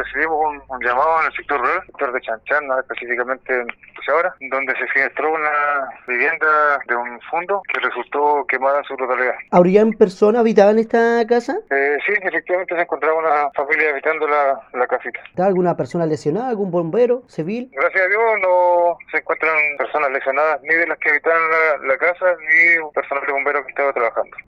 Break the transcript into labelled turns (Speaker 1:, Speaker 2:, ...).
Speaker 1: recibimos un, un, llamado en el sector rural, el sector de Chanchán, específicamente en ahora, donde se siniestró una vivienda de un fondo que resultó quemada en su totalidad.
Speaker 2: ¿Habrían personas habitaban esta casa?
Speaker 1: Eh, sí, efectivamente se encontraba una familia habitando la, la casita.
Speaker 2: ¿Está alguna persona lesionada, algún bombero civil?
Speaker 1: Gracias a Dios no se encuentran personas lesionadas ni de las que habitaban la, la casa ni personal de bomberos que estaba trabajando.